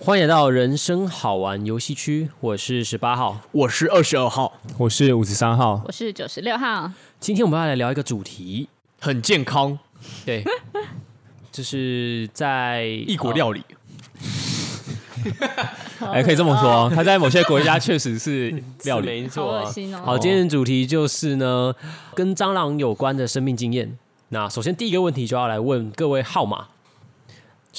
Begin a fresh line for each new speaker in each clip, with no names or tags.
欢迎来到人生好玩游戏区，我是十八号。
我是二十二号，
我是五十三号，
我是九十六号，
今天我们要来聊一个主题，
很健康，
对，就是在
异
异
国料理。
哎、可以这么说，他在某些国家确实是料理。
没错、啊
好恶心哦
好，今天的主题就是呢，跟蟑螂有关的生命经验。那首先第一个问题就要来问各位号码，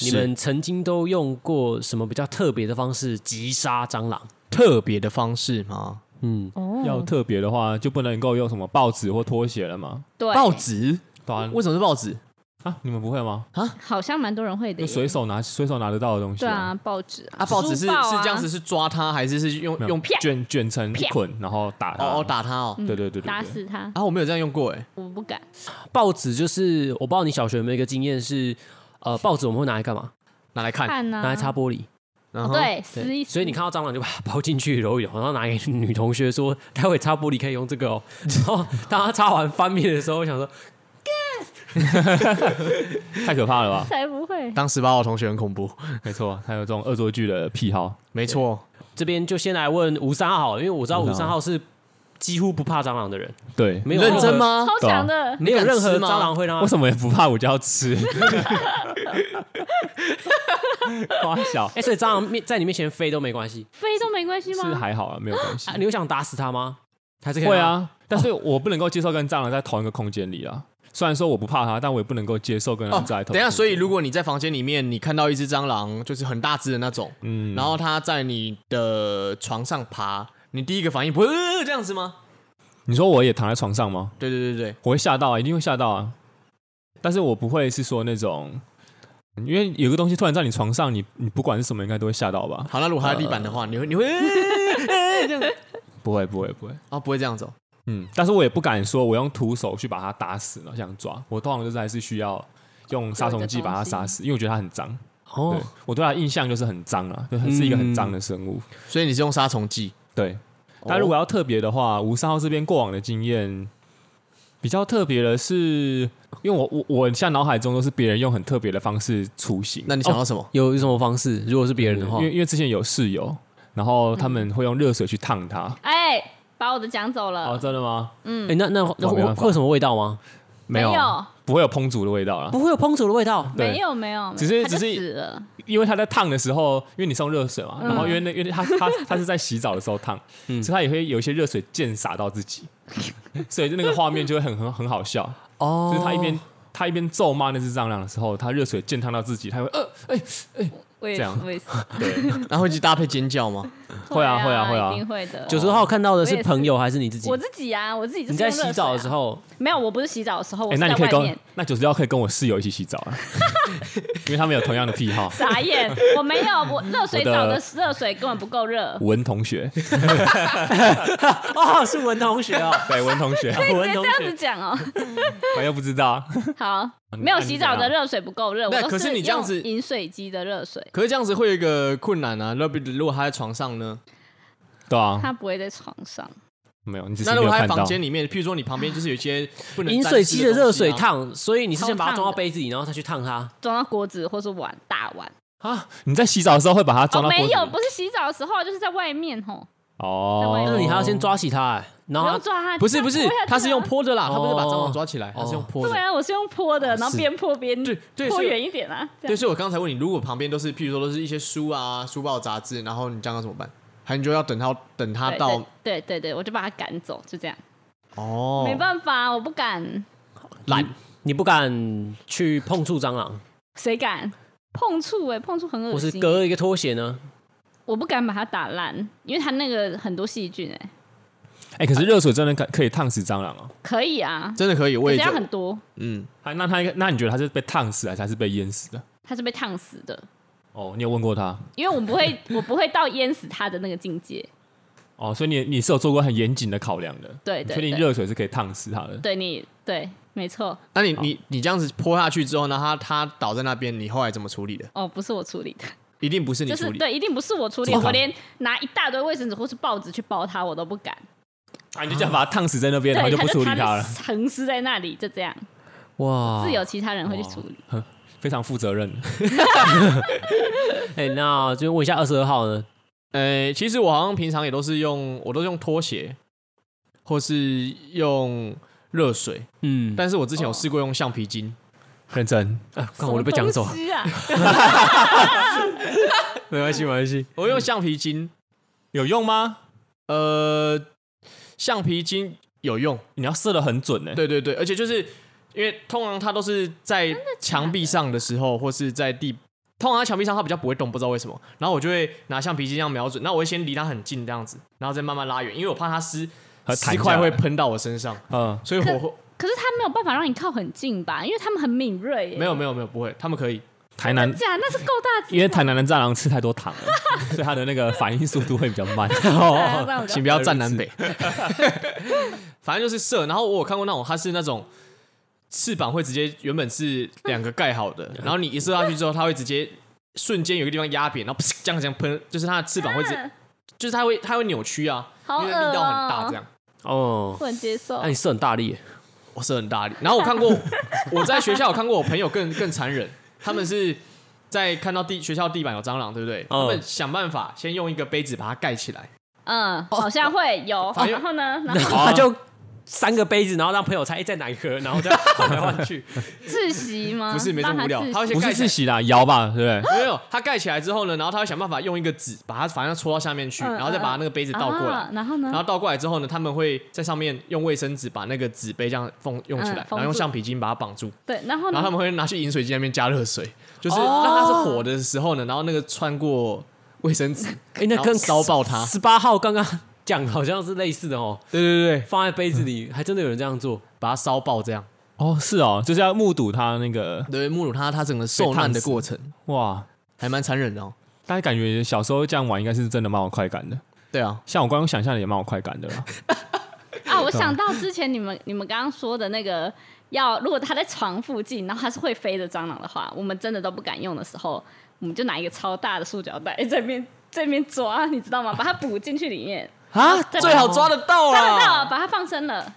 你
是
们曾经都用过什么比较特别的方式击杀蟑螂？
特别的方式吗？
嗯，
要特别的话，就不能够用什么报纸或拖鞋了嘛？
对，
报纸？
对啊，
为什么是报纸？
啊，你们不会吗？
好像蛮多人会的
就
耶，
随手拿，随手拿得到的东西、
对啊，，报纸
啊，报纸是
书报
是
啊
这样子，是抓它，还是是用
没有
用
卷卷成一捆，然后打它嗯
哦哦打它哦？
对对对对对
打死他，
啊，我没有这样用过哎，
我不敢，
报纸就是我不知道你小学有没有一个经验是，呃，报纸我们会拿来干嘛？
哎拿来看。
看呐，
拿来擦玻璃。
然
哦，
后
对，撕一撕，
所以你看到蟑螂就把它包进去揉一揉，然后拿给女同学说：“待会擦玻璃可以用这 个哦。”然后当她擦完翻面的时候，我想说
太可怕了吧？
才不会，
当时八号同学很恐怖，
没错，他有这种恶作剧的癖好。
没错，
这边就先来问吴三号好了，因为我知道吴三号是几乎不怕蟑螂的人，
对，
没有啊
认真
任何？
吗？
超强的，
没有任何
你敢吃吗
蟑螂会让
为
他。
什么也不怕我就要吃？花小
哎、所以蟑螂面在你面前飞都没关系
飞都没关系
是
吗？
还好啊，没有关系
啊？。你有想打死它吗？还是可以
会？啊，但是我不能够接受跟蟑螂在同一个空间里啊。虽然说我不怕它，但我也不能够接受跟它
哦
们在，同
等
一
一下，
个空间。
所以如果你在房间里面，你看到一只蟑螂，就是很大只的那种，
嗯
然后它在你的床上爬，你第一个反应不会呃这样子吗？
你说我也躺在床上吗？
对对对对，
我会吓到啊，一定会吓到啊。但是我不会是说那种，因为有个东西突然在你床上，你你不管是什么，应该都会吓到吧？
好，那如果它在地板的话，你会你会呃
不会，不会，不会。
啊不会这样走，
嗯，但是我也不敢说我用徒手去把它打死了，这样抓。我通常就是还是需要用杀虫剂把它杀死，因为我觉得它很脏。
哦
对，，我对它的印象就是很脏啊，就很是一个很脏的生物。
所以你是用杀虫剂。
对，但
哦
如果要特别的话，吴三号这边过往的经验比较特别的是，因为我我我现在脑海中都是别人用很特别的方式出行。
那你想到什
哦
么？
有什么方式？如果是别人的话嗯
因，为因为之前有室友，然后他们会用热水去烫它。
哎，把我的讲走了，
真的吗？
哎、那那那
哇
会
没办法
会有什么味道吗？
没
有，
不会有烹煮的味道啦。
不会有烹煮的味道。
对
没有，没有，
只是
他就
只是
死了，
因为他在烫的时候，因为你是用热水嘛，
嗯
然后因为那因为他他他是在洗澡的时候 烫，所以他也会有一些热水溅洒到自己，所以就那个画面就会很很很好笑。
哦
就是他一边他一边咒骂那只蟑螂的时候，他热水溅烫到自己，他会呃
我也
这样
我也是，
然后去搭配尖叫吗？
会啊会啊会啊
一定会的。
九十号看到的
我
是
也是
朋友还是你自己？
我自己啊，我自己就是
你在
用热
洗澡的
水啊
时，候，
没有，我不是洗澡的时候，我
哎、
是
那你
在
可以
外
跟
面。
那九十六可以跟我室友一起洗澡啊， 因为他们有同样的癖好。
傻眼，我没有，我热水
我的
澡的热水根本不够热，
文同学，
哦，是文同学 哦，
对文同学，
文
别
同
这样
学
子 讲哦。
我又不知道。
哦
好，没有洗澡的热水不够热，
那
我都
可是你这样子
用饮水机的热水，
可是这样子会有一个困难啊，那比如果他在床上呢？
对啊，
它不会在床上。
没有，你只是
那如
没有
果他
看
在
到。
房间里面，譬如说你旁边就是有一些不能
饮
沾
水
湿
机
的
的
东西啊
热水，烫，所以你是先把它
超烫的
装到杯子里，然后再去烫它。
装到锅子或是碗大碗
啊，你在洗澡的时候会把它
哦，
装到锅
没
子里
有，不是洗澡的时候，就是在外面吼，在外
哦
面
那你还要先抓起它，哎然
不
后
用抓它，
不是不
这
是
样它，
他是用
不会啊
泼的啦，他不是把蟑
哦
螂抓起来，他是用泼
对
的。
啊，我是用泼的，然后
是
边泼边
对对
泼
所以
远一点啊，这
对，
样
所以我刚才问你，如果旁边都是譬如说都是一些书啊、书报、杂志，然后你这样要怎么办？还你就要等他等他
对
到
对对对对，我就把它赶走，就这样，
哦，
没办法，我不敢，
懒
你不敢去碰触蟑螂，
谁敢碰触？哎，碰触很恶
或是
心，
隔一个拖鞋呢？
我不敢把它打烂，因为它那个很多细菌，哎，
哎、可是热水真的可可以烫死蟑螂哦。
可以啊，
真的可以，我
可
也
是
就
要很多，
嗯，
还那他应该那你觉得他是被烫死还是还是被淹死的？
它是被烫死的，
哦，你有问过他
因为我 不会，我不会到淹死它的那个境界。
哦，所以你你是有做过很严谨的考量的。
对
你
对
确定
对
热水是可以烫死他的。
对你对，没错。
那你你你这样子泼下去之后呢，他他倒在那边，你后来怎么处理的？
哦，不是我处理的，
一定不是你
就是
处理，
对，一定不是我处理，
煮汤
我连拿一大堆卫生纸或是报纸去包它，我都不敢。
啊，你就这样把它烫死在那边，然后
哦对，
就
它
不处理
它
它
就
了。
哦
横尸在那里，就这样。
哇
自有其他人会去处理。
非常负责任。
哎、那就问一下二十二号呢？
呃，其实我好像平常也都是用，我都是用拖鞋，或是用热水，
嗯，
但是我之前有试过用橡皮筋，
认真，
看我都被讲走
什么，东西啊！
没关系，没关系。
哦
我用橡皮筋，
有用吗？
呃，橡皮筋有用，
你要射的很准欸呢、
对对对，而且就是因为通常它都是在墙壁上的时候，或是在地，通常在墙壁上它比较不会动，不知道为什么。然后我就会拿橡皮筋这样瞄准，那我会先离它很近这样子，然后再慢慢拉远，因为我怕它撕
它弹
石
下
块
来
会喷到我身上，
嗯，
所以我会
可是他没有办法让你靠很近吧，因为他们很敏锐耶。
没有没有没有不会，他们可以。
台南
假，那是够大只
因为台南的蟑螂吃太多糖 了，所以它的那个反应速度会比较慢。哦
啊，不然
哦
我就
请不要站南北。反正就是射，然后我有看过那种，它是那种翅膀会直接原本是两个盖好的，然后你一射下去之后，它会直接瞬间有一个地方压扁，然后噗这样这样喷，就是它的翅膀会直，
啊
就是它会它会扭曲啊，
好恶
因为力道很大这
哦，
样。
哦，
不能接受
那、。
哎
你射很大力耶，
我射很大力，然后我看过， 我在学校有看过我朋友更更残忍，他们是在看到地学校地板有蟑螂，对不对？他们想办法先用一个杯子把它盖起来，
嗯，好像会有。
反正
然后呢？然后
他就三个杯子，然后让朋友猜哎在哪一颗，然后这样换来换去。
窒息吗？
不是没这么无聊
让，
他会
他窒息
先
不
盖
是
起
自
来。
洗啦，摇吧，对不对？
没有，它盖起来之后呢，然后他会想办法用一个纸把它反正戳到下面去，
嗯
然后再把那个杯子倒过来，
啊然后呢？
然后倒过来之后呢，他们会在上面用卫生纸把那个纸杯这样封用起来，
嗯
然
封
后用
住哦
橡皮筋把它绑住，
对，然后
然后他
呢？
们会拿去饮水机那边加热水，就是
哦
让它是火的时候呢，然后那个穿过卫生 纸，
哎、那跟
然后烧爆它
十八号刚刚 讲好像是类似的哦，
对对对对，
放在杯子里，还真的有人这样做。
把它烧爆这样，
哦，是哦，就是要目睹它那个
对，目睹它它整个受难的过程，
哇，
还蛮残忍的哦。
大家感觉小时候这样玩应该是真的蛮有快感的。
对啊，
像我刚刚想象的也蛮有快感的啦。
啊，我想到之前你们你们刚刚说的那个，要如果它在床附近，然后它是会飞的蟑螂的话，我们真的都不敢用的时候，我们就拿一个超大的塑胶袋在那边 在那边抓，你知道吗？把它捕进去里面，
啊，
再
最好抓得到
抓得
啦，
到，把它放生了。啊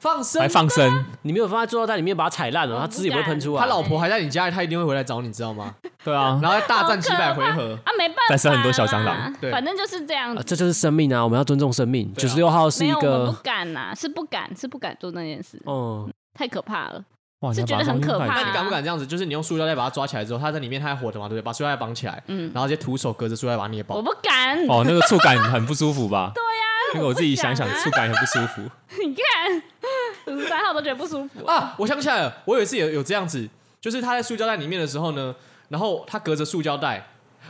放生
来。放生，
你没有放在塑料袋里面把它踩烂了，
我
它
哦不
汁也会喷出来。
他老婆还在你家里，他一定会回来找你，知道吗？
对啊，
然后大战几百回合。
啊，没办法啦，
但是很多小蟑螂
对
反正就是这样
啊
子。
这就是生命啊！我们要尊重生命。九
对啊
十六号是
没
一
有，我们
个
不，敢呐、是不敢，是不敢做那件事，
嗯，
太可怕了。
哇，
是
你要把它
觉得很可怕
放
那
进
你
去
敢不敢这样子？就是你用塑料袋把它抓起来之后，它在里面它还活着嘛，对不对？把塑料袋绑起来，
嗯
然后直接徒手隔着塑料袋把它捏
我
爆。
不敢。
哦，那个触感很不舒服 吧？对呀、那个我自己
我不想
想想，
啊
触感很不舒服。
你看， 五十三号都觉得不舒服。
啊！我想起来了，我有一次有有这样子，就是它在塑胶袋里面的时候呢，然后它隔着塑胶袋，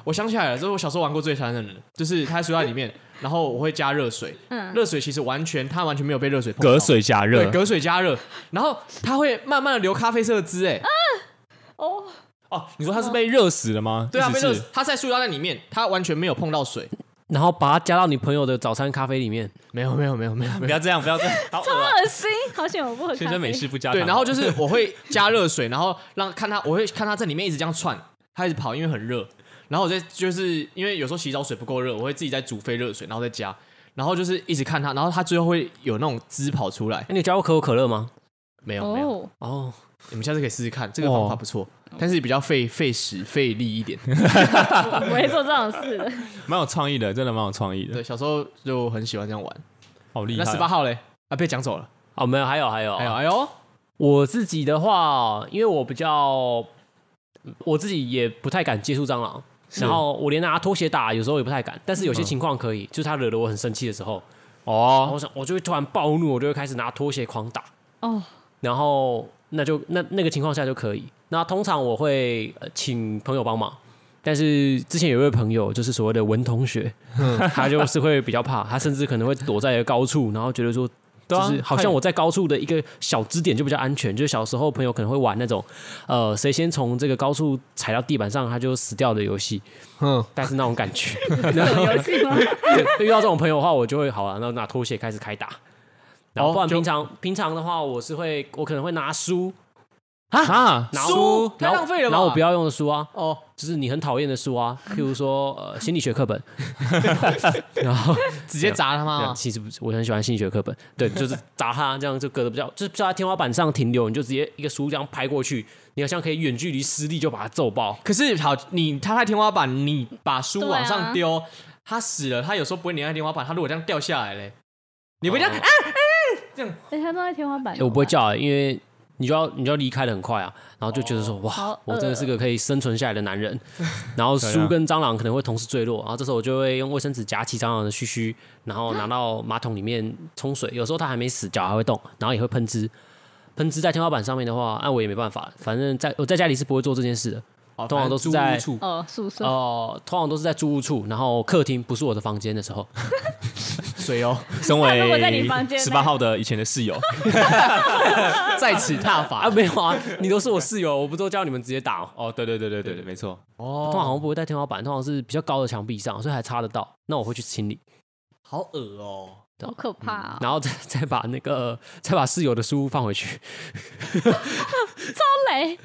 我想起来了，这是我小时候玩过最残忍的，就是它在塑料袋里面，然后我会加热水，
嗯
热水其实完全它完全没有被热水碰到
隔水加热
对，隔水加热，然后它会慢慢的流咖啡色的汁，
啊
哎，
哦，
哦，你说它是被热死了吗？
对啊，
意
被
思
热
是，
它在塑料袋里面，它完全没有碰到水，
然后把它加到你朋友的早餐咖啡里面。
没有没有没有没有没有
不要这样，不要这样，好恶
超
啊
恶心，好险我不喝咖啡。
先生没事不加
对，
糖
然后就是我会加热水，然后让看它，我会看它在里面一直这样窜，它一直跑，因为很热。然后我再就是因为有时候洗澡水不够热，我会自己再煮沸热水，然后再加，然后就是一直看它，然后它最后会有那种汁跑出来。
哎，你有加过可口可乐吗？
没有没有，
哦，
哦，
你们下次可以试试看，这个方法不错，但是比较费费时费力一点。
我不会做这种事的。
蛮有创意的，真的蛮有创意的
对，，小时候就很喜欢这样玩。
好厉害
那
哦。
十八号嘞？啊，被讲走了。
哦，没有，还有，还有，
哎呦哎呦，
我自己的话，因为我比较，我自己也不太敢接触蟑螂，然后我连拿拖鞋打有时候也不太敢，但是有些情况可以，就是他惹得我很生气的时候，然后
哦，
我想我就会突然暴怒，我就会开始拿拖鞋狂打，
哦，
然后那就那那个情况下就可以。那通常我会、呃请朋友帮忙，但是之前有一位朋友就是所谓的文同学，
嗯
他就是会比较怕，他甚至可能会躲在一个高处，然后觉得说。就
对啊
是好像我在高处的一个小支点就比较安全，就是小时候朋友可能会玩那种，呃，谁先从这个高处踩到地板上他就死掉的游戏，
嗯
哼，
但是那种感觉，
这种哦游戏 吗？
遇到这种朋友的话，我就会好了，那拿拖鞋
哦
开始开打。然后不然
就
平常、平常的话，我是会我可能会拿书
啊，
拿
书
书，
太
然后
浪费了吧
然后我不要用的书啊，
哦，
就是你很讨厌的书啊，譬如说呃心理学课本，
直接砸他
对
妈
啊！其实不是，我很喜欢心理学课本，对，就是砸它，这样就隔得比较，就是在它天花板上停留，你就直接一个书这样拍过去，你好像可以远距离施力就把它揍爆。
可是好，你他在天花板，你把书
对啊
往上丢，他死了，他有时候不会粘在天花板，他如果这样掉下来嘞，你不这样
哦
啊？
哎，他都在天花板
欸。我不会叫、欸，因为你就要你就要离开的很快啊，然后就觉得说、哇
好，
我真的是个可以生存下来的男人。然后
对
书
啊
跟蟑螂可能会同时坠落，然后这时候我就会用卫生纸夹起蟑螂的须须，然后拿到马桶里面冲水。有时候它还没死，脚还会动，然后也会喷汁。喷汁在天花板上面的话，那、啊我也没办法，反正在我在家里是不会做这件事的。
哦
通常都是在
反正租屋处
哦，宿舍、
哦、通常都是在住屋处，然后客厅不是我的房间的时候，
水哦，
身
如果在你
为
房间呢
十八号的以前的室友，
在此 踏伐
啊，没有啊，你都是我室友，我不都叫你们直接打、哦。
哦，对对对对对对，没错，
通
哦，
常好像不会在天花板，通常是比较高的墙壁上，所以还擦得到。那我会去清理，
好恶哦，
好可怕啊、
然后再 再把那个再把室友的书放回去。
超雷，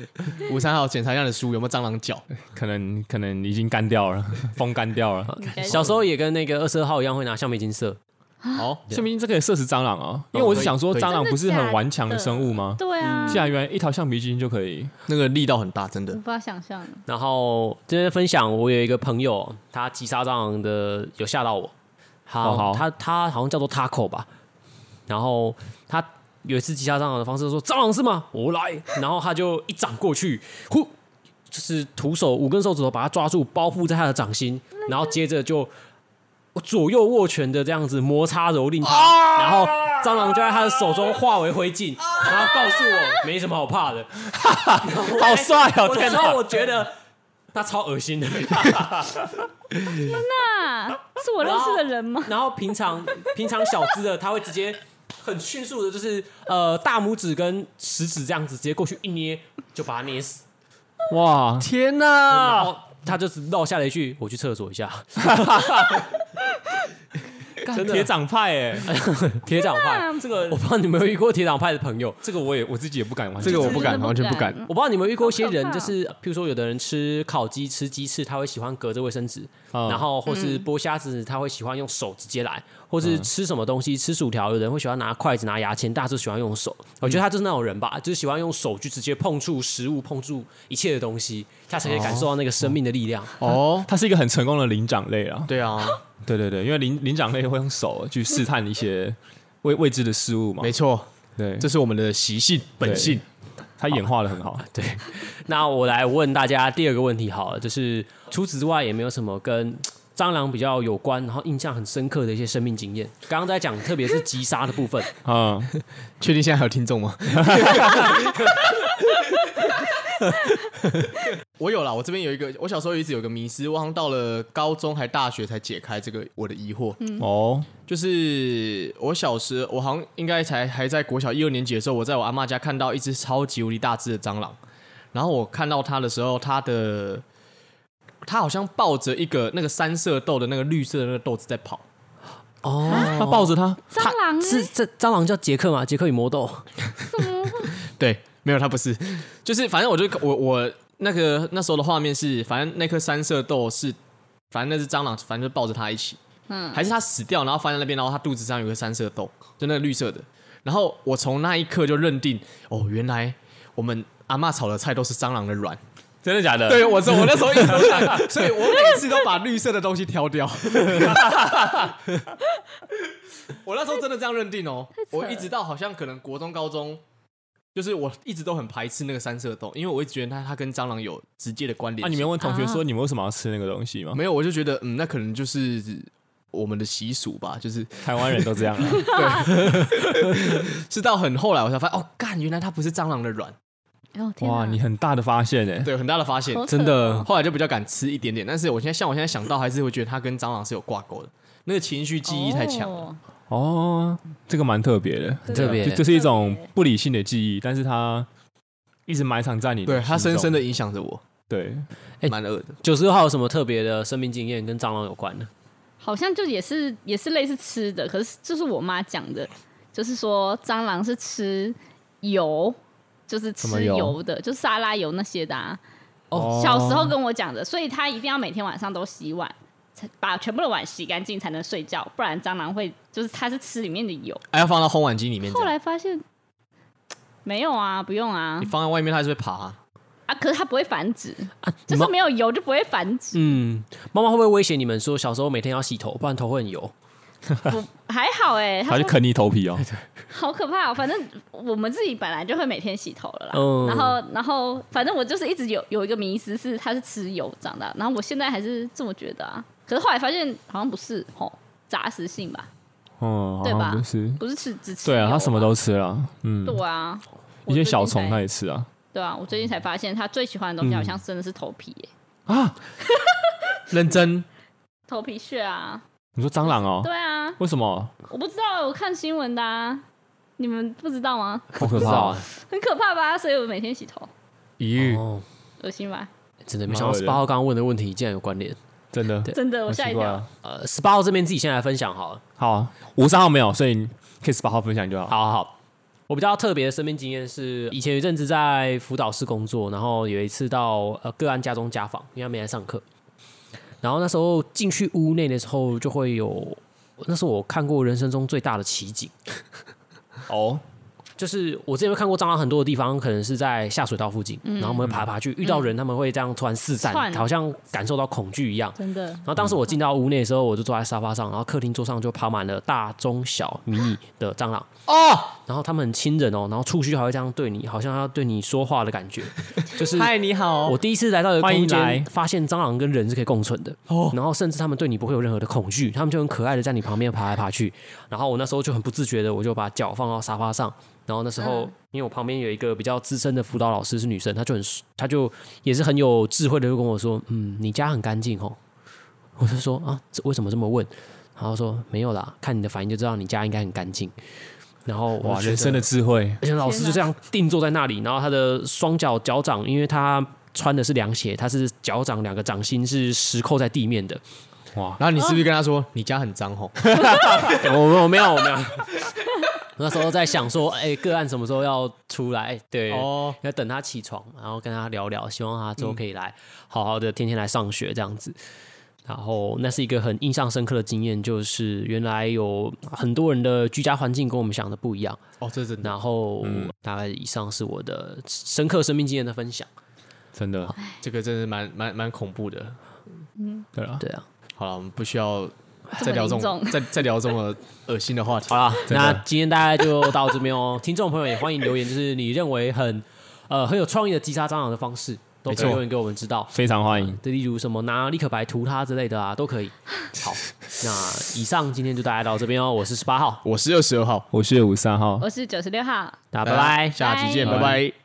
五三号检查一下你的书有没有蟑螂脚，
可能可能已经干掉了，风干 掉了。
应该是
小时候也跟那个二十二号一样，会拿橡皮筋射。
好，
说明这个也射死蟑螂啊，因为我
哦
是想说，
可以
蟑螂不是很顽强的生物吗？
对啊，
竟然原来一条橡皮筋就可以，
那个力道很大，真
无
的。
法想象。
然后今天分享，我有一个朋友，他击杀蟑螂的有吓到我。
哦好
好，
好
他他好像叫做 Taco 吧。然后他有一次击杀蟑螂的方式说：“蟑螂是吗？我来。”然后他就一掌过去，呼，就是徒手五根手指头把它抓住，包覆在他的掌心，然后接着就左右握拳的这样子摩擦蹂躏
啊
它，然后蟑螂就在他的手中化为灰烬，然后告诉我没什么好怕的。
好帅哦！
我那
天
时
哪
候，我觉得 他超恶心的。
那啊是我认识的人吗？
然后平常平常小只的，他会直接很迅速的，就是呃大拇指跟食指这样子直接过去一捏，就把它捏死。
哇，
天哪
然！后他就只落下了一句：“我去厕所一 下。
干铁掌派 哎，”
铁掌派
天，哪
这个我不知道你们有没有遇过铁掌派的朋友。
这个我也我自己也不敢玩，
这个我
不
不
敢
敢，
完
完
全
全
不
不
敢
敢。
我不知道你们有遇过一些人
好，可怕
就是譬如说，有的人吃烤鸡、吃鸡翅，他会喜欢隔着卫生纸，
啊
嗯
然后或是剥虾子，他会喜欢用手直接来，或是吃什么东西，吃薯条，有人会喜欢拿筷子、拿牙签，大家都喜欢用手。我觉得他就是那种人吧，就是喜欢用手去直接碰触食物、碰触一切的东西，他才可以感受到那个生命的力量。
哦，
他是一个很成功的灵长类啊。
对啊，
对对对，因为灵灵长类会用手去试探一些未未知的事物嘛
没。错，
对，
这是啊我们的习性本性。
它演化的很好。
对，那我来问大家第二个问题好了，就是除此之外也没有什么跟蟑螂比较有关，然后印象很深刻的一些生命经验。刚刚在讲，特别是击杀的部分。
嗯，
确定现在还有听众吗？ 我有啦，我这边有一个，我小时候一直有一个迷思，我好像到了高中还大学才解开这个我的疑惑。
嗯
哦，
就是我小时，我好像应该才还在国小一二年级的时候，我在我阿妈家看到一只超级无敌大只的蟑螂，然后我看到它的时候，它的它好像抱着一个那个三色豆的那个绿色的那个豆子在跑，
哦，
他抱着它，
蟑螂
是
欸
这蟑螂叫杰克吗？杰克与魔豆。
对，没有，它不是，就是反正我就我我那个那时候的画面是，反正那颗三色豆是，反正那只蟑螂，反正就抱着它一起，嗯，还是它死掉，然后放在那边，然后它肚子上有个三色豆，就那个绿色的。然后我从那一刻就认定，哦，原来我们阿嬷炒的菜都是蟑螂的卵。
真的假 的？
对，我是我那时候一直都 想，所以我每次都把绿色的东西挑掉。 我那时候真的这样认定哦，
扯
我一直到好像可能国中、高中，就是我一直都很排斥那个三色豆，因为我一直觉得它它跟蟑螂有直接的关联
啊，
性。
你没问同学说你们为什么要吃那个东西吗？
没有？我就觉得嗯，那可能就是我们的习俗吧，就是
台湾人都这样啊。
是到很后来我才发现哦，干，原来它不是蟑螂的卵，
哎呦天哪
哇，你很大的发现哎。
对，很大的发现
好，扯
真的。
哦
后来就比较敢吃一点点，但是我现在像我现在想到，还是会觉得它跟蟑螂是有挂钩的，那个情绪记忆太强了。
哦
哦，这个蛮特别的，
真
特
的
别
就就是一种不理性的记忆，但是它一直埋藏在你的
对
心
它深
中
深的影响着我，
对。
哎
蛮恶的。
九十号有什么特别的生命经验跟蟑螂有关的？
好像就也是也是类似吃的，可是这是我妈讲的，就是说蟑螂是吃油就是
什么
吃
油
油的，就是沙拉油那些的、啊。
哦
小时候跟我讲的，所以他一定要每天晚上都洗碗，才把全部的碗洗干净才能睡觉，不然蟑螂会就是它是吃里面的油。
还哎要放到烘碗机里面这
后
样。
来发现没有啊，不用啊
你放在外面，它还是会爬啊、
啊，可是它不会繁殖，就
你
是
妈
没有油就不会繁殖，
嗯，妈妈会不会威胁你们说小时候每天要洗头，不然头会很油？
不还好哎、
他
它
就啃你头皮哦，
好可怕、哦！反正我们自己本来就会每天洗头了啦，
嗯
然后然后反正我就是一直有有一个迷思是它是吃油长大，然后我现在还是这么觉得啊。可是后来发现好像不是哦，杂食性吧，
嗯，好
对吧
像不是，
不是吃只吃
对啊，
油
他什么都吃了，嗯，
对啊。我
一些
最近
小虫
才
他也吃啊，
对啊，我最近才发现他最喜欢的东西好像真的是头皮、耶，
认真
头皮屑啊。
你说蟑螂哦，
对啊，
为什么？
我不知道，我看新闻的啊，你们不知道吗？
好
不
可
知
怕
道啊！
啊
很可怕吧？所以我每天洗头，
咦，
哦，
恶心吧？
真的没想到十八号刚刚问的问题竟然有关联。
真的，
真的，我
好
吓
奇
一
怪
跳。
啊。
呃，十八号这边自己先来分享好了。
好啊，五三号没有，所以你可以十八号分享就好。
好好好，我比较特别的生命经验是，以前有一阵子在辅导室工作，然后有一次到呃个案家中家访，因为他没来上课。然后那时候进去屋内的时候，就会有，那是我看过人生中最大的奇景。
哦，
就是我之前有看过蟑螂很多的地方，可能是在下水道附近，然后我们会爬来爬去，遇到人他们会这样突然四散，
窜
好像感受到恐惧一样。
真的，
然后当时我进到屋内的时候，我就坐在沙发上，然后客厅桌上就爬满了大、中、小、迷你的蟑螂。哦，然后他们很亲人哦，然后触须还会这样对你，好像要对你说话的感觉。就是
嗨，你好，
我第一次来到一个
哦欢迎
空
来
间，发现蟑螂跟人是可以共存的。哦，然后甚至他们对你不会有任何的恐惧，他们就很可爱的在你旁边爬来爬去。然后我那时候就很不自觉的，我就把脚放到沙发上。然后那时候，
嗯
因为我旁边有一个比较资深的辅导老师是女生，她就很，她就也是很有智慧的，就跟我说：“嗯，你家很干净哦。”我就说：“啊，这为什么这么问？”然后说：“没有啦，看你的反应就知道你家应该很干净。”然后我
哇，
就觉
人
得
生的智慧，
而且老师就这样定坐在那里，然后他的双脚脚掌，因为他穿的是凉鞋，他是脚掌两个掌心是实扣在地 面的。
哇，
然后你是不是
哦
跟他说、你家很脏哦吼？
我我哦没有我没有， 那时候在想说，哎、个案什么时候要出来？对，
哦，
要等他起床，然后跟他聊聊，希望他之后可以来好好的天天来上学这样子。然后那是一个很印象深刻的经验，就是原来有很多人的居家环境跟我们想的不一样。
哦，这是真的。
然后、大概以上是我的深刻生命经验的分享。
真的，
这个真的是蛮蛮蛮恐怖的。
对了，
对啊，
好了，我们不需要再
这么
聊这
凝
种
重，
再再聊这么恶心的话题。
好啦，
真的
那今天大概就到这边哦。听众朋友也欢迎留言，就是你认为很呃很有创意的击杀蟑螂的方式，都
没
可
错
以留言给我们知道。
非常欢迎，
对，例如什么拿立可白涂它之类的啊，都可以。好，那以上今天就大概到这边哦。我是十八号，
我是二十二号，
我是五三号，
我是九十六号。
大家拜拜。
下期见，
拜
拜拜